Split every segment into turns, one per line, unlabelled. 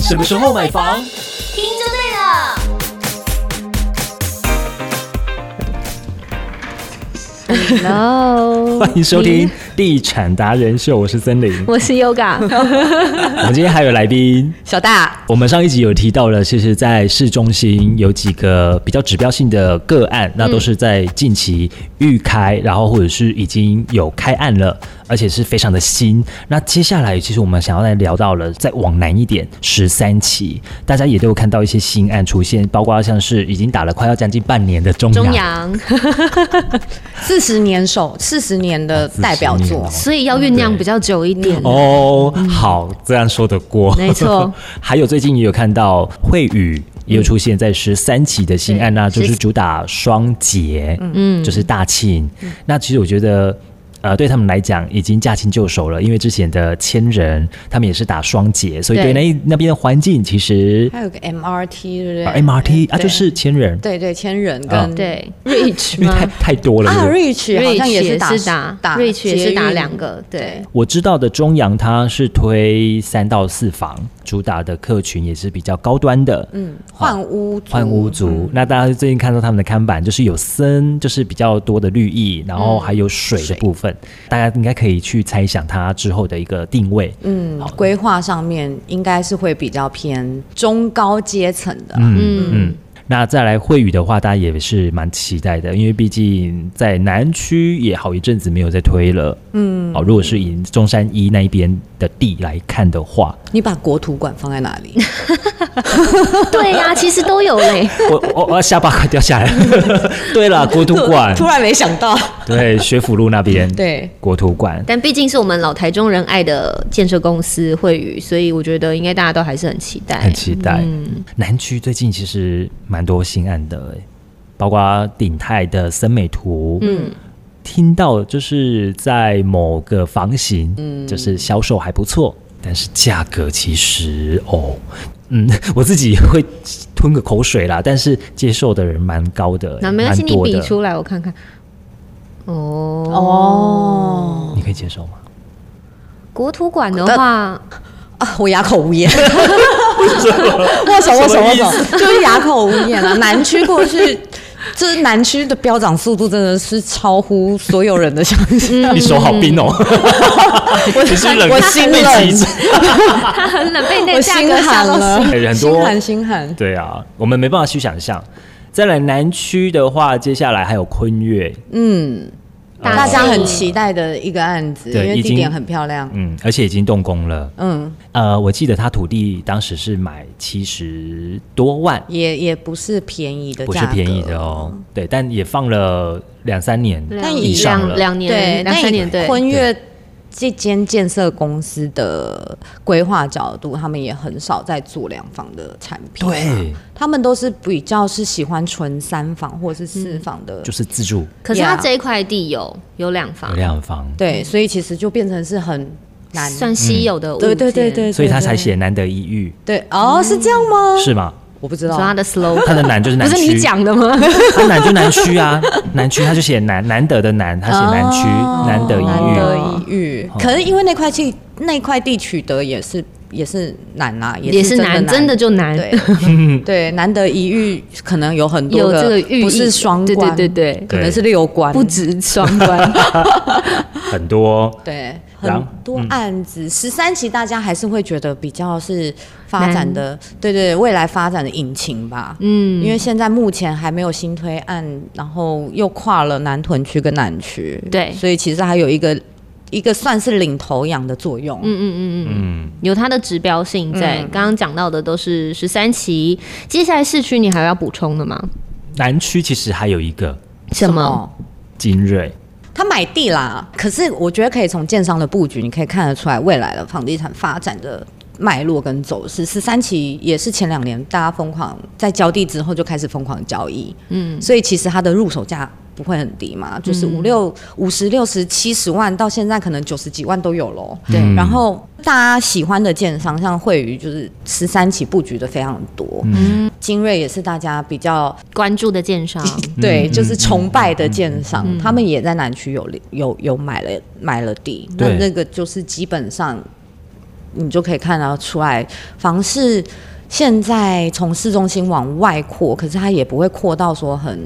什么时候买房？
听就对了。
Hello，
欢迎收听《地产达人秀》，我是森林。
我是 Yoga
我们今天还有来宾，
小大。
我们上一集有提到了，其实，在市中心有几个比较指标性的个案，那都是在近期预开，然后或者是已经有开案了，而且是非常的新。那接下来，其实我们想要来聊到了，再往南一点，十三期，大家也都有看到一些新案出现，包括像是已经打了快要将近半年的中
中
亚，
阳，
四十年首啊四十年的代表
40年
作
哦，
所以要酝酿比较久一点。
哦，好，这样说得过，
没错。
还有最近也有看到惠宇。也有出现在十三期的新案那
对
就是主打双节，嗯，就是大庆。那其实我觉得，呃，对他们来讲已经驾轻就熟了，因为之前的千人他们也是打双节，所以对
对
那那边的环境其实
还有个 MRT 对不
啊
对
MRT 啊
对
就是千人，
对对千人
啊
跟
对
因
Rich
为太
吗
太多了。
啊
对不对
Rich 好像
也
是
是
打
打 Rich 也
捷
是打
运
两个，对
对，
我知道的中阳，它是推三到四房，主打的客群也是比较高端的，嗯，
换屋族
换屋族。那大家最近看到他们的看板，就是有森，就是比较多的绿意，然后还有水的部分，大家应该可以去猜想它之后的一个定位。嗯，好，
规划上面应该是会比较偏中高阶层的啊，
嗯嗯。那再来惠宇的话，大家也是蛮期待的，因为毕竟在南区也好一阵子没有在推了。嗯，好，如果是以中山一那一边的地来看的话，
你把国土馆放在哪里？
对呀，其实都有嘞。
我我我下巴快掉下来 了。 对了，国土馆，
突然没想到，
对学府路那边，
对
国土馆，
但毕竟是我们老台中人爱的建设公司惠宇，所以我觉得应该大家都还是很期待嗯
很。期待。南区最近其实蛮多新案的、欸，包括鼎泰的森美图，嗯，听到就是在某个房型，嗯，就是销售还不错，但是价格其实哦。嗯， 我自己会吞个口水啦，但是接受的人蛮高的、欸，
那没关系，
蛮
你
多
比
的
出来我看看。哦，
哦
你可以接受吗？
国土馆的话，
啊，我哑口 无言。握手握手握手，就是哑口无言啊！南区过去， 就是南区的飙涨速度真的是超乎所有人的想
嗯
象。
你手好冰 哦，我是冷，
我心
被
冷
击中
它很冷，被那
我
个价
心
格吓
寒
到
了，
死。
哎很多
心寒心 寒。
对啊，我们没办法去想象。再来南区的话，接下来还有昆岳，
嗯大家
庆
很期待的一个案子，因
对
为
已
地
经
点很漂亮。
嗯，而且已经动工了。
嗯，
呃，我记得他土地当时是买七十多万，
也也不是便宜的
不
价
是
格，
便宜的哦。对，但也放了两三年，
两
但
以上了
两两
对，
年，两
那
三
以
年，啊对，
坤越这间建设公司的规划角度，他们也很少在做两房的产品。啊
对，
他们都是比较是喜欢纯三房或是四房的，
嗯
就是自住
可是它
Yeah
这一块地有有两
有
房，
两房，
啊对，所以其实就变成是很难。
算
嗯
稀有的物件。
对对对对，
所以他
对
才写难得一遇，
对哦，是这样吗？
是吗？
我不知
你
道
说，它 的 slogan
他的难就是
哦不
南区，
是你讲的吗？
他难就南区啊，南区他就写难难得的难，他写南区、难得一
哦难
遇。
得一遇。
哦
可是因为那块地那块地取得也是也是难啊，
也是
是
难，
难，
真的就难。
对对，难得一遇，可能有很
有
多
这个寓意，
不是双
对对
关，
对对，嗯
可能是六关，
不止双 关。
嗯很多。
对，很
然
多案子，十三期大家还是会觉得比较是发展的，对对，未来发展的引擎吧。嗯，因为现在目前还没有新推案，然后又跨了南屯区跟南区，
对
所以其实还有一个一个算是领头羊的作用。嗯嗯，
有它的指标性在。刚刚讲到的都是十三期，接下来市区你还要补充的吗？
南区其实还有一个
什么？？
精锐，
他买地啦，可是我觉得可以从建商的布局，你可以看得出来未来的房地产发展的脉络跟走势。十三期也是前两年大家疯狂在交地之后就开始疯狂交易，嗯，所以其实它的入手价不会很低嘛，就是五六五十六十七十万，到现在可能九十几万都有喽。
对
嗯
然后大家喜欢的建商，像惠宇就是十三期布局的非常多，嗯，精锐也是大家比较
关注的建商，
嗯
对，就是崇拜的建商，他们也在南区有有有买了买了地，那
对
那个就是基本上你就可以看得出来，房市现在从市中心往外扩，可是它也不会扩到说很。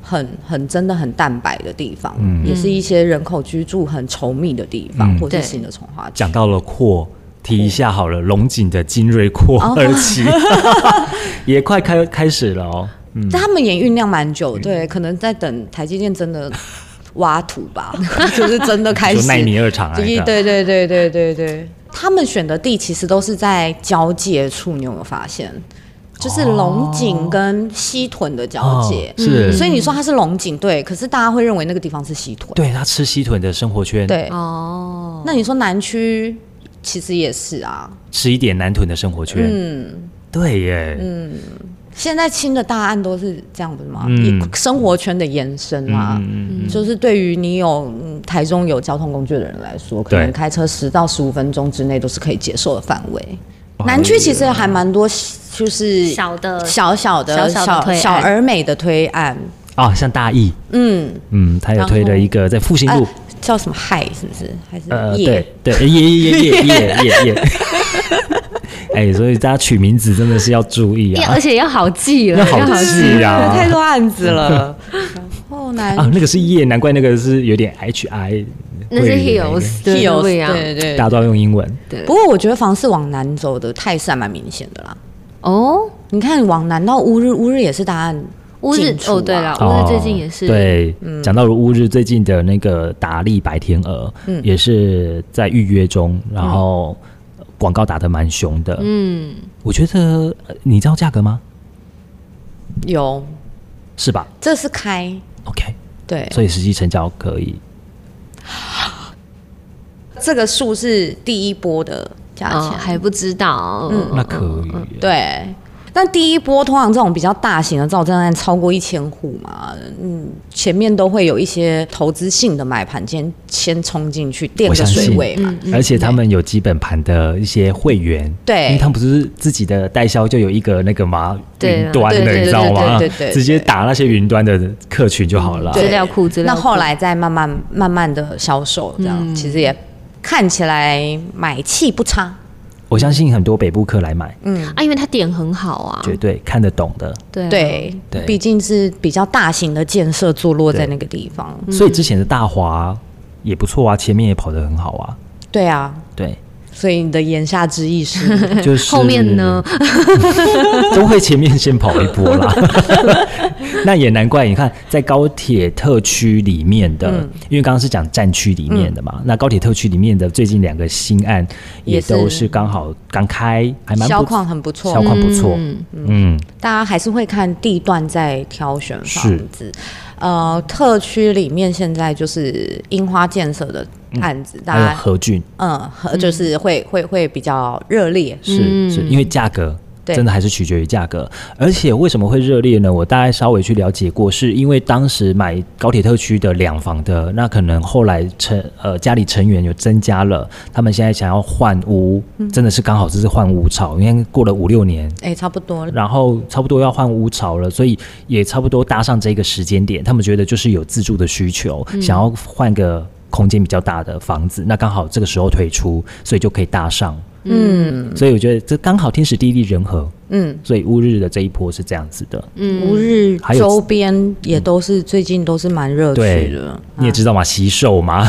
很很真的很蛋白的地方，也是一些人口居住很稠密的地方，
嗯
或是
对
新的从化区。
讲到了扩，提一下好了，龙井的精锐扩
哦
二期、也快开开始了哦。嗯，
但他们也酝酿蛮久，对，可能在等台积电真的挖土吧， 就是真的开
就
始。
奈米二厂来
对
的，
对对对对对对，他们选的地其实都是在交界处，你有没有发现？就是龙井跟西屯的交界，
哦
嗯
是
所以你说它是龙井，对，可是大家会认为那个地方是西屯，
对他吃西屯的生活圈，，
对。
哦，
那你说南区其实也是啊，
吃一点南屯的生活圈，嗯，对耶，
现在新的大案都是这样，不是吗？
嗯
以生活圈的延伸啊啦、
嗯
就是对于你有、嗯台中有交通工具的人来说，可能
对
开车十到十五分钟之内都是可以接受的范围。
哇
南区其实还蛮多，就是
小的
小小的、
小小的推案
小而美的推案，
啊，像大义，
嗯，
嗯，他有推了一个在复兴
哎
路，
叫什么嗨是不是？还是
呃，
夜？
对对，耶耶耶耶耶耶，哎，所以大家取名字真的是要注意
要
啊
而，且要好记了，
要好
要
记啊，
太多案 子了。然后南
啊，那个是叶，难怪那个是有点 H I，
嗯那是 heels，对啊
Hills，
不一样。
对对
大家都要用英文。
对
不过我觉得房市往南走的态势还蛮明显的啦。
哦，
你看往南到乌日，乌日也是答案
乌日
进出啊、
哦，对了，
哦
乌日最近也是嗯
对，讲到了乌日最近的那个达利白天鹅，
嗯
也是在预约中，然后广告打得蛮凶的。
嗯，
我觉得呃你知道价格吗？
有，
是吧
这是开
？OK，
对，
所以实际成交可以。
这个数是第一波的价
哦，嗯
钱，
还不知道，
那可以，
对。但第一波通常这种比较大型的造证案超过一千户嘛，嗯，前面都会有一些投资性的买盘先先冲进去垫
我
个
相
水
信
位嘛，
嗯
而且他们有基本盘的一些会员，
嗯对
因为他们不是自己的代销就有一个那个嘛
对啊
云端的，
对对
你知道吗
对对对对？对嗯
直接打那些云端的客群就好了。
资料库资
那
料库嗯
后来再慢慢慢慢的销售，这样、其实也看起来买气不差。
我相信很多北部客来买，
嗯
啊，因为它点很好啊，
绝对看得懂的。
对啊
对
对，
毕竟是比较大型的建设坐落在那个地方。
所以之前的大华也不错啊，前面也跑得很好啊。
对啊，
对，
所以你的言下之意是
就是
后面呢，
都会前面先跑一波啦。 那也难怪，你看在高铁特区里面的，因为刚刚是讲战区里面的嘛，那高铁特区里面的最近两个新案也
也是
都是刚好刚开，还蛮不
销况很不错
销，况不错，
嗯
嗯，
大家还是会看地段在挑选
是
房子。呃，特区里面现在就是樱花建设的案子，大
还有
家
何俊
嗯，和就是会会会比较热烈。
是是，因为价格。
对
真的还是取决于价格，而且为什么会热烈呢？我大概稍微去了解过，是因为当时买高铁特区的两房的，那可能后来成呃家里成员有增加了，他们现在想要换屋，真的是刚好这是换屋潮，因为过了五六年，
哎、差不多了。
然后差不多要换屋潮了，所以也差不多搭上这个时间点，他们觉得就是有自住的需求，
嗯
想要换个空间比较大的房子，那刚好这个时候推出，所以就可以搭上。嗯，所以我觉得这刚好天时地利人和，
嗯，
所以乌日的这一波是这样子的。
乌嗯日
还有
周边也都是最近都是蛮热
对
区的，，
你也知道嘛，惜售 嘛，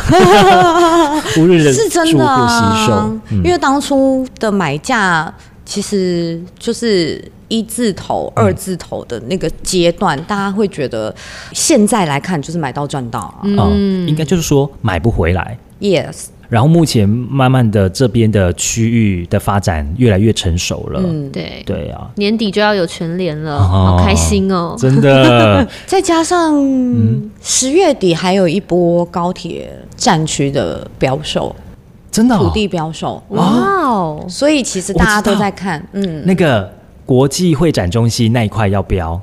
乌日的
是真
住
的
户嗯惜售
啊，，因为当初的买价其实就是一字头、二字头的那个阶段，大家会觉得现在来看就是买到赚到啊。
嗯，应该就是说买不回来。
Yes，
然后目前慢慢的这边的区域的发展越来越成熟了，
嗯
对
对啊，
年底就要有全联了，好开心 哦，
真的，
再加上十月底还有一波高铁站区的标售，
真的、哦，
土地标售，
哇哦，
所以其实大家都在看，嗯，
那个国际会展中心那一块要标，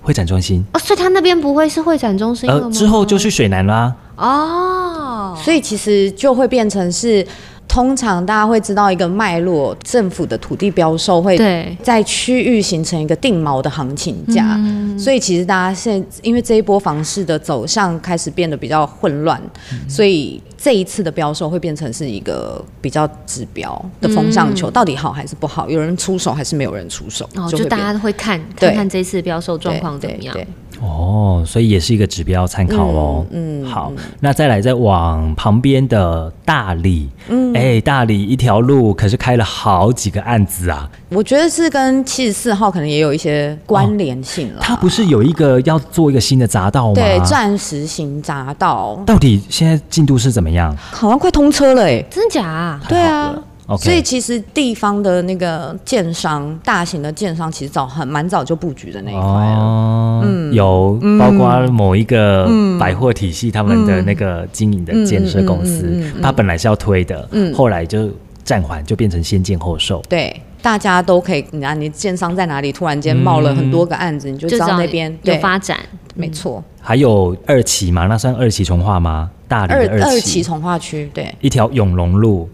会展中心，
哦，所以它那边不会是会展中心了
呃，
吗？
之后就是水南啦，
哦，
所以其实就会变成是。通常大家会知道一个脉络，政府的土地标售会
对
在区域形成一个定锚的行情价，
嗯
所以其实大家现在因为这一波房市的走向开始变得比较混乱，
嗯
所以这一次的标售会变成是一个比较指标的风向球，到底好还是不好，有人出手还是没有人出手，
嗯哦，
就
就
会
大
变
家会看
对
看看这次标售状况怎么样
对。对对
哦，所以也是一个指标参考喽、嗯。好，那再来再往旁边的大理，嗯，哎、大理一条路可是开了好几个案子啊。
我觉得是跟七十四号可能也有一些关联性了。
哦
它不是有一个要做一个新的匝道吗？
对钻石型匝道，
到底现在进度是怎么样？
好像快通车了哎、
真假啊？
对啊
OK
所以其实地方的那个建商，大型的建商其实早很蛮早就布局的那一块啊嗯了。
哦，有包括某一个
嗯
百货体系他们的那个经营的建设公
嗯
司，它本来是要推的，后来就暂缓，就变成先建后售。
对，大家都可以，你啊，你建商在哪里突然间冒了很多个案子，你就
嗯就
知
知
道
道
那边
有
对，
发嗯展，
没错，
还有二期嘛，那算二期重化吗？大理
二
的
二期
期，
从化区，对，
一条永隆 路，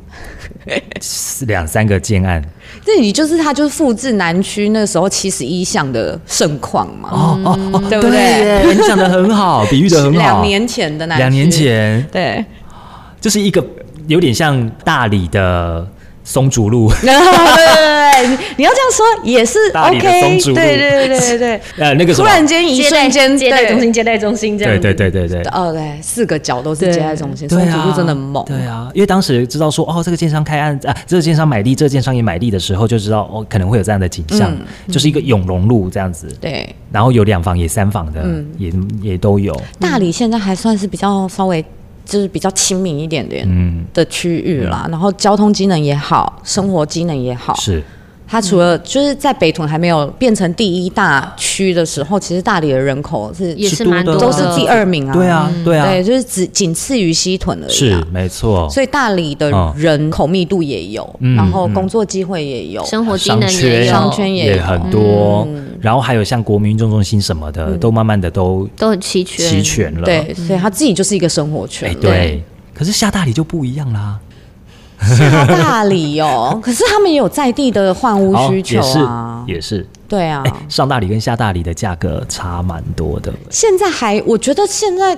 四两三个建案。
这里就是它就是复制南区那时候七十一项的盛况嘛，哦哦哦，对不对？
哎耶，你讲的很 好，比喻的很好。
两年前的南区，
两年，前，
对，
就是一个有点像大理的松竹路，
对对对对，你要这样说也是
大理
OK，
的松竹
对
路
对对对对。
呃，那个什
突
么
然间一瞬间，
接待
对
中心、接待中心这样
对
子。
对对对对。
哦，对，四个角都是
对
接待中心，
对
松竹
啊，
路真的很猛。
对啊，因为当时知道说哦，这个建商开案啊，这个建商买地，这个建商也买地的时候，就知道哦，可能会有这样的景象，
嗯
就是一个永隆路这样子，
对，
然后有两房也三房的，
嗯
也也都有，
大理现在还算是比较稍微就是比较亲民一点点
嗯，
的区域啦，然后交通机能也好，生活机能也好。
是
它除了就是在北屯还没有变成第一大区的时候，其实大理的人口是
也是
多
蛮
的
多
都
的，
是第二名啊。
对啊，对啊，
对，就是只仅次于西屯而已
是
啊。
没错，
所以大理的
嗯
人口密度也有，
嗯
然后
嗯
工作机会也有，
生活机
商
能
圈
也有，
商圈也有嗯
很多，然后还有像国民运动中心什么的，
嗯
都慢慢的都
都很齐全。
齐全了，
对，所以它自己就是一个生活圈
哎
了。
对，可是下大理就不一样啦，
下大理哦，可是他们也有在地的换屋需求啊
哦，也是也是，
对啊
哎、。上大理跟下大理的价格差蛮多的，
现在还我觉得现在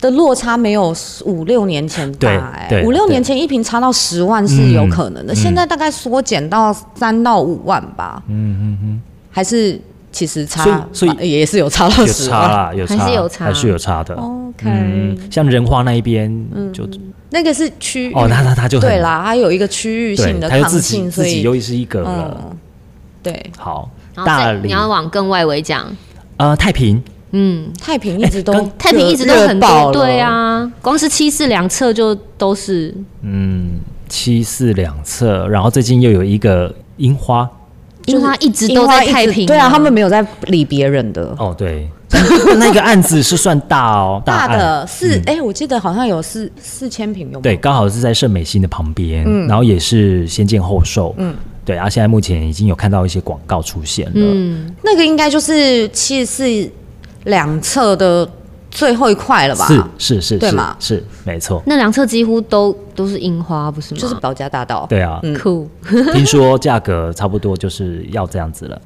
的落差没有五六年前大
对
哎、
对
五六
对
年前一瓶差到十万是有可能的，
嗯
现在大概缩减到三到五万吧。嗯嗯嗯，还是其实差，呃
所以所
也是有差到
有
十
差
万。
啦，有差，
还是有差
还是有差的。
哦 OK，、嗯
嗯，像仁华那一边就、
那个是区域
哦，那那他就很
对啦，它有一个区域
对
性，的
他就
抗
自己
性，所
自己
以
又是一个了。
嗯，对，
好，
然后
大
再
理
你要往更外围讲，
呃太平
嗯，
太平一直都、
刚
太平一直都很
哎热爆
多，
了
对啊，光是七四两侧就都是
嗯七四两侧，然后最近又有一个樱花
就是
樱花一直都在太平、
对啊，他们没有在理别人的。
哦，对，那个案子是算大哦，
大
案
的四哎、我记得好像有四四千平有吗？
对，，刚好是在圣美心的旁边，
嗯
然后也是先建后售，嗯，对，然、后现在目前已经有看到一些广告出现了，
嗯，
那个应该就是七十四两侧的最后一块了吧？
是是是，
对
是
嘛
是没错，
那两侧几乎都都是樱花，不是吗？
就是保家大道。
对啊，
酷，
听说价格差不多就是要这样子了，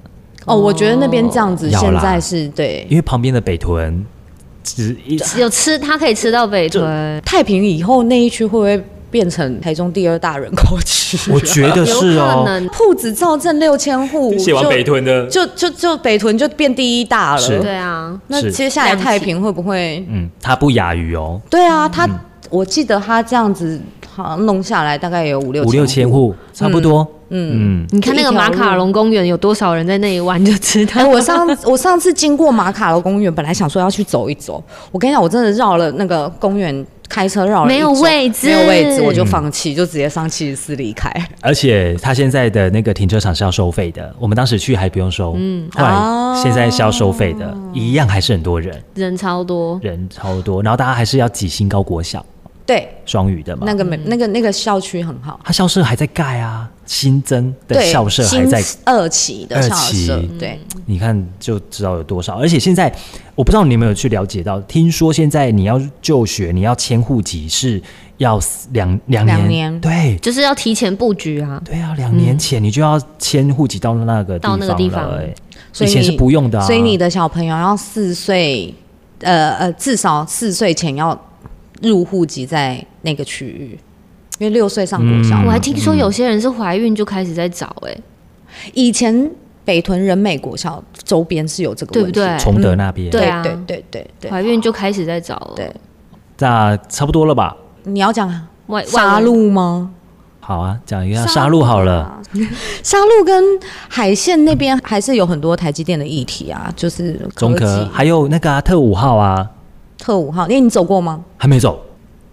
哦，我觉得那边这样子
要
现
啦
在是对
因为旁边的北屯只一
有吃它可以吃到北屯，
太平以后那一区会不会变成台中第二大人口区？
我觉得
有
是
可
哦，
能。
铺子造镇六千户，就
屯的，
就就就北屯就变第一大
是
了。
对啊，
那
是
接下来太平会不会？
嗯，它不亚于哦，
对
嗯
啊，他、我记得他这样子好像弄下来大概也有五六
五六千户差不多，嗯
你看那个马
一条
卡
路
龙公园有多少人在那里玩就知道。
哎、我上我上次经过马卡龙公园，本来想说要去走一走，我跟你讲，我真的绕了那个公园，开车绕了一
没有
周
位置嗯
没有位置，我就放弃，就直接上七十四离开。
而且它现在的那个停车场是要收费的，我们当时去还不用收，嗯，后
哦
来现在是要收费的，一样还是很多人，
人超多，
人超多，然后大家还是要挤新高国小，
对，
双语的嘛。
那个没那个那个校区很好，
它校舍还在盖啊，新增的
对，
校舍还
新
在
二期的
二
校舍
期，
对，
你看就知道有多少。而且现在我不知道你有没有去了解到，听说现在你要就学，你要迁户籍是要两两年，
两年
对。
就是要提前布局啊。
对啊，两年前你就要迁户籍到那个
到那个地
方
方
了、欸，
所以
以前
你
是不用的、啊，
所以你的小朋友要四岁，呃呃，至少四岁前要入户籍在那个区域，因为六岁上国小。
嗯
我还听说有些人是怀孕就开始在找、哎、
以前北屯人美国校周边是有这个
对不
问题，
对？
崇德那边，
对啊
嗯对对对对
怀孕就开始在找了。
对，
那差不多了吧？
你要讲
外
杀
外文
戮吗？
好啊，讲一下杀戮好
嗯
了，
啊
杀戮跟海线那边还是有很多台积电的议题啊，就是
中
科
科
技
还有那个、啊、特五号啊，
特五号，因为你走过吗？
还没走，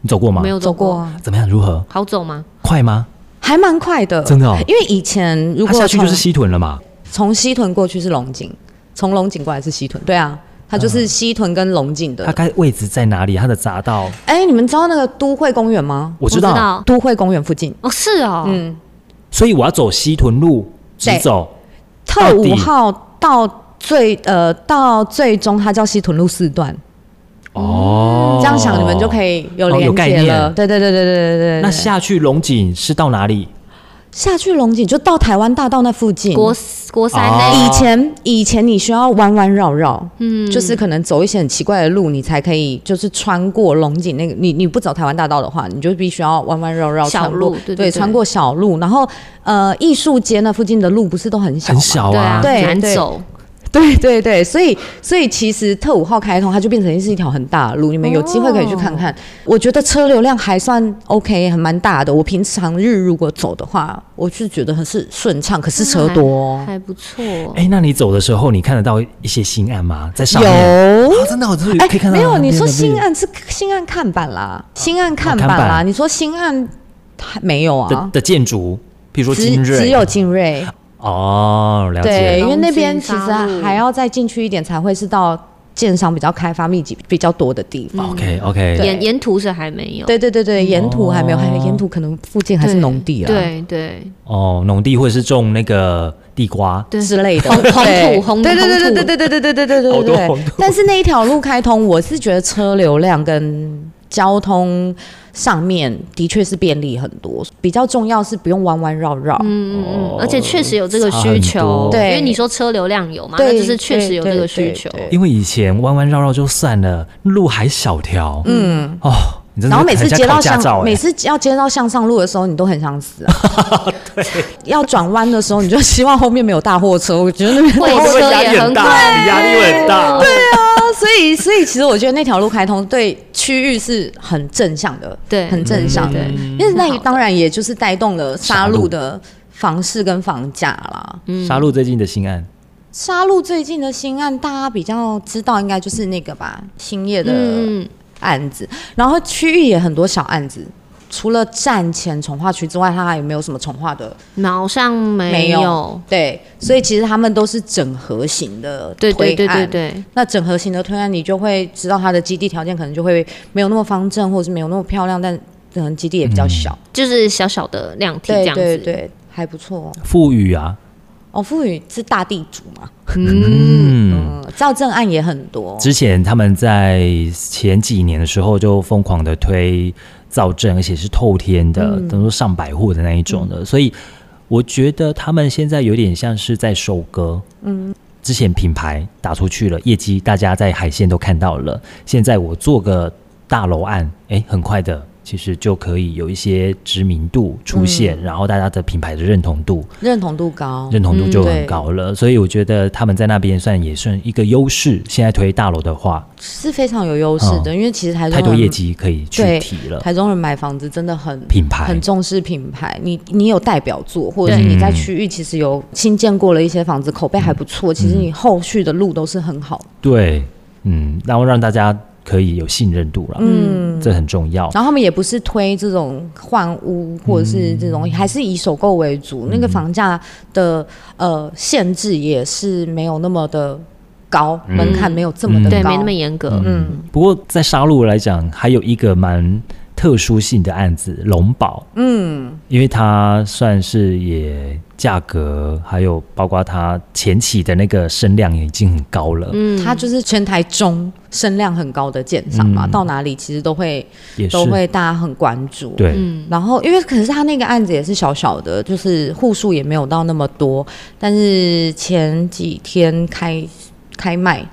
你走过吗？
没，有
走过
过，
啊，
怎么样？如何？
好走吗？
快吗？
还蛮快的，
真的哦
因为以前如
它
果
下去
从
就是西屯了嘛。
从西屯过去是龙井，从龙井过来是西屯，对啊，它就是西屯跟龙井的
它。该位置在哪里？它的匝道
哎、你们知道那个都会公园吗？
我知
我知
道，
道
都会公园附近，
哦，是哦，
嗯，
所以我要走西屯路直
对
走。
特
到底
五号到最呃到最终它叫西屯路四段，
哦，
嗯这样想你们就可。以有
哦有
连
概
接
念
了。对对对对对对对对。
那下去龙井是到哪里？
下去龙井就到台湾大道那附近。
国国三
哦
呢？
以前以前你需要弯弯绕绕，嗯，就是可能走一些很奇怪的路，你才可以就是穿过龙井那个。你你不走台湾大道的话，你就必须要弯弯绕绕
小
穿过
路对对对
穿过小路，然后呃艺术街那附近的路不是都很小
很
吗？
小
对啊，
啊，
对
难
对
走。
对对对，所以所以其实特五号开通，它就变成是一条很大的路，你
哦
们有机会可以去看看。我觉得车流量还算 OK，还蛮大的。我平常日如果走的话，我是觉得很是顺畅，可是车多哦、
还不错。
哎，那你走的时候，你看得到一些新案吗？在上面
有。
啊真的，我就是
哎、
可以看到那边的路。啊
没有，你说新案是新案看板啦，新案看板
看
啦，
板
你说新案还没有
的
啊？
的建筑，比如说
只
金锐，
只有精锐，
哦，了
对，
解。
因为那边
龙
其
井
实
沙鹿
还要再进去一点才会是到建商比较开发密集比较多的地方。
OK OK，
对
沿沿途是还没有，
对对对对，沿途还没有，
哦
还有沿途可能附近还是农地啊，
对对
哦，农地或者是种那个地瓜，
对，
之类的，
红红
对
土红
对对
红
对
土
对对对对对对对对
好
对
多
对
红土
对。但是那一条路开通，我是觉得车流量跟交通上面的确是便利很多，比较重要是不用弯弯绕绕。
嗯嗯
哦
嗯，而且确实有这个
差
需
很
求
多，
因
对
为你说车流量有嘛，那
对
就是确实有这个
对
需
对
求。
对对
因为以前弯弯绕绕就算了，路还小条，嗯，哦，你真的
然后每次
很像
接到
考驾照
向，
欸
每次要接到向上路的时候，你都很想死啊。对，要转弯的时候，你就希望后面没有大货车。我觉得那边
会
会不会
车
压力
也很
很
可
大，你压力会很大，
啊所以，所以其实我觉得那条路开通对区域是很正向的，
对嗯
很正向的
对对。
因为那
是好的
当然也就是带动了
杀
杀
戮
戮的房市跟房价啦。
嗯
杀戮最近的新案，
杀戮最近的新案，大家比较知道应该就是那个吧，兴业的
嗯，
案子，然后区域也很多小案子。除了站前从化区之外，它还有没有什么从化的？
嗯好像没
没有，对，所以其实他们都是整合型的推
对
案。
对对对对，
那整合型的推案，你就会知道它的基地条件可能就会没有那么方正，或者是没有那么漂亮，但可能基地也比较小。
就是小小的量体嗯这
对
样
对
子。
对，还不错哦。
富裕啊，
哦，富宇是大地主嘛，
嗯，
嗯，造证案也很多。
之前他们在前几年的时候就疯狂的推造证，而且是透天的，等于说上百户的那一种的，所以我觉得他们现在有点像是在收割，嗯，之前品牌打出去了，业绩大家在海鲜都看到了，现在我做个大楼案，哎，很快的。其实就可以有一些知名度出现，然后大家的品牌的认同度，
认同度高，
认同度就
嗯
很
对
高了，所以我觉得他们在那边算也算一个优势。现在推大楼的话，
是非常有优势的，因为其实台中
嗯太多
人
业绩可以去
对
提了，
台中人买房子真的很
品牌
很重视品牌。你你有代表作，或者是你在区域其实有新建过了一些房子，口碑还不
嗯
错，其实你后续的路都是很好的。
对，嗯，然后让大家可以有信任度了，嗯，这很重要。
然后他们也不是推这种换屋或者是
嗯
这种，还是以首购为主。那个房价的呃限制也是没有那么的高，门槛没有这么的
嗯
高，
对，没那么严格。
嗯
不过在杀戮来讲，还有一个蛮特殊性的案子龙宝，嗯，因为它算是也价格，还有包括它前期的那个声量已经很高了，嗯，
它就是全台中声量很高的建商嘛，
嗯
到哪里其实都会
也是
都会嗯大家很关注。
对，
然后，因为可是他那个案子也是小小的，就是户数也没有到那么多，但是前几天开开卖，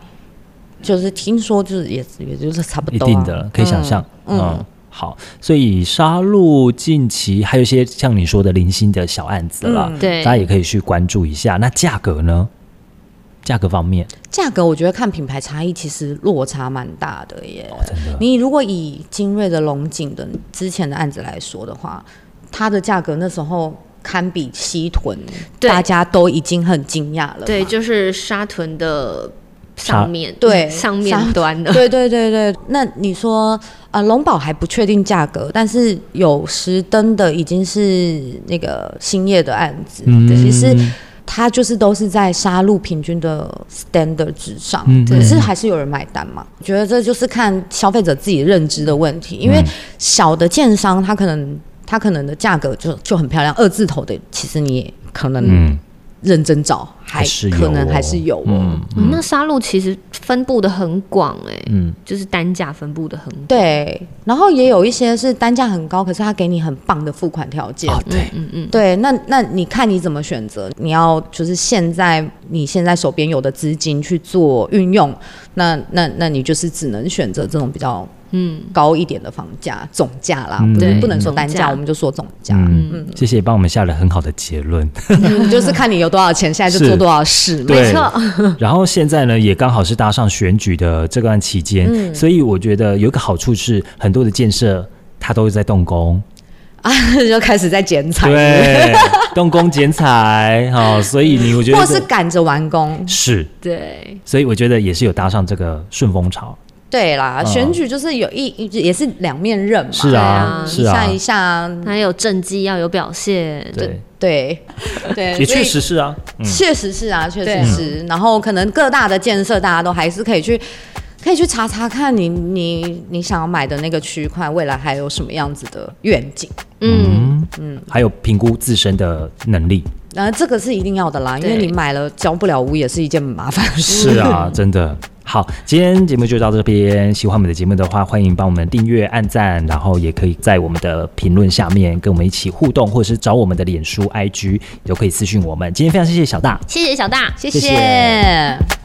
就是听说就是也也就是差不
一
多、啊，
定的，可以想象，嗯。好，所以杀戮近期还有一些像你说的零星的小案子啦，
嗯
对
大家也可以去关注一下。那价格呢？价格方面，
价格我觉得看品牌差异，其实落差蛮大的耶。
哦真的
哦你如果以精锐的龙井的之前的案子来说的话，它的价格那时候堪比西屯，
对
大家都已经很惊讶了嘛。
对，就是沙屯的
沙
上面，
对
上面
沙
端的，
对对对对，那你说呃，龙宝还不确定价格，但是有石灯的已经是那个兴业的案子，
嗯
其实它就是都是在杀戮平均的 standard 之上，
嗯
可是还是有人买单嘛？我觉得这就是看消费者自己认知的问题，因为
嗯
小的建商他可能他可能的价格就就很漂亮，二字头的其实你也可能
嗯，
认真找，还
是有
可能
哦
还是有哦、
嗯
哦那杀戮其实分布的很广哎、
嗯，
就是单价分布的很广。
对，然后也有一些是单价很高，可是他给你很棒的付款条件。
啊，对，
嗯嗯，
对，那那你看你怎么选择？你要就是现在你现在手边有的资金去做运用，那那那你就是只能选择这种比较嗯高一点的房价总价啦，
嗯
不是
对
不能说
总
单价，
价
我们就说总价，
嗯，谢谢帮我们下了很好的结 论。
嗯就是看你有多少钱，现在就是做多少事嘛。
对，然后现在呢，也刚好是搭上选举的这段期间，
嗯
所以我觉得有一个好处是，很多的建设它都是在动工，
啊， 就开始在剪彩，
对，动工剪彩，好、所以你我觉得
或是赶着完工，
是，
对，
所以我觉得也是有搭上这个顺风潮，
对啦，
嗯
选举就是有一一也是两面刃嘛，
是啊，
对啊
是
一
啊
下，一下，
还有政绩要有表现，
对，
对， 哎对，
也
所以
确实是啊，嗯，
确实是啊，确实是。然后可能各大的建设，大家都还是可以去，可以去查查看你你你想要买的那个区块，未来还有什么样子的愿景。
嗯，
还有评估自身的能力，
然后这个是一定要的啦，因
对
为你买了交不了屋也是一件麻烦的事。
是啊，真的。好，今天节目就到这边。喜欢我们的节目的话，欢迎帮我们订阅、按赞，然后也可以在我们的评论下面跟我们一起互动，或者是找我们的脸书、IG 都可以私讯我们。今天非常谢谢小大，
谢谢小大，
谢
谢谢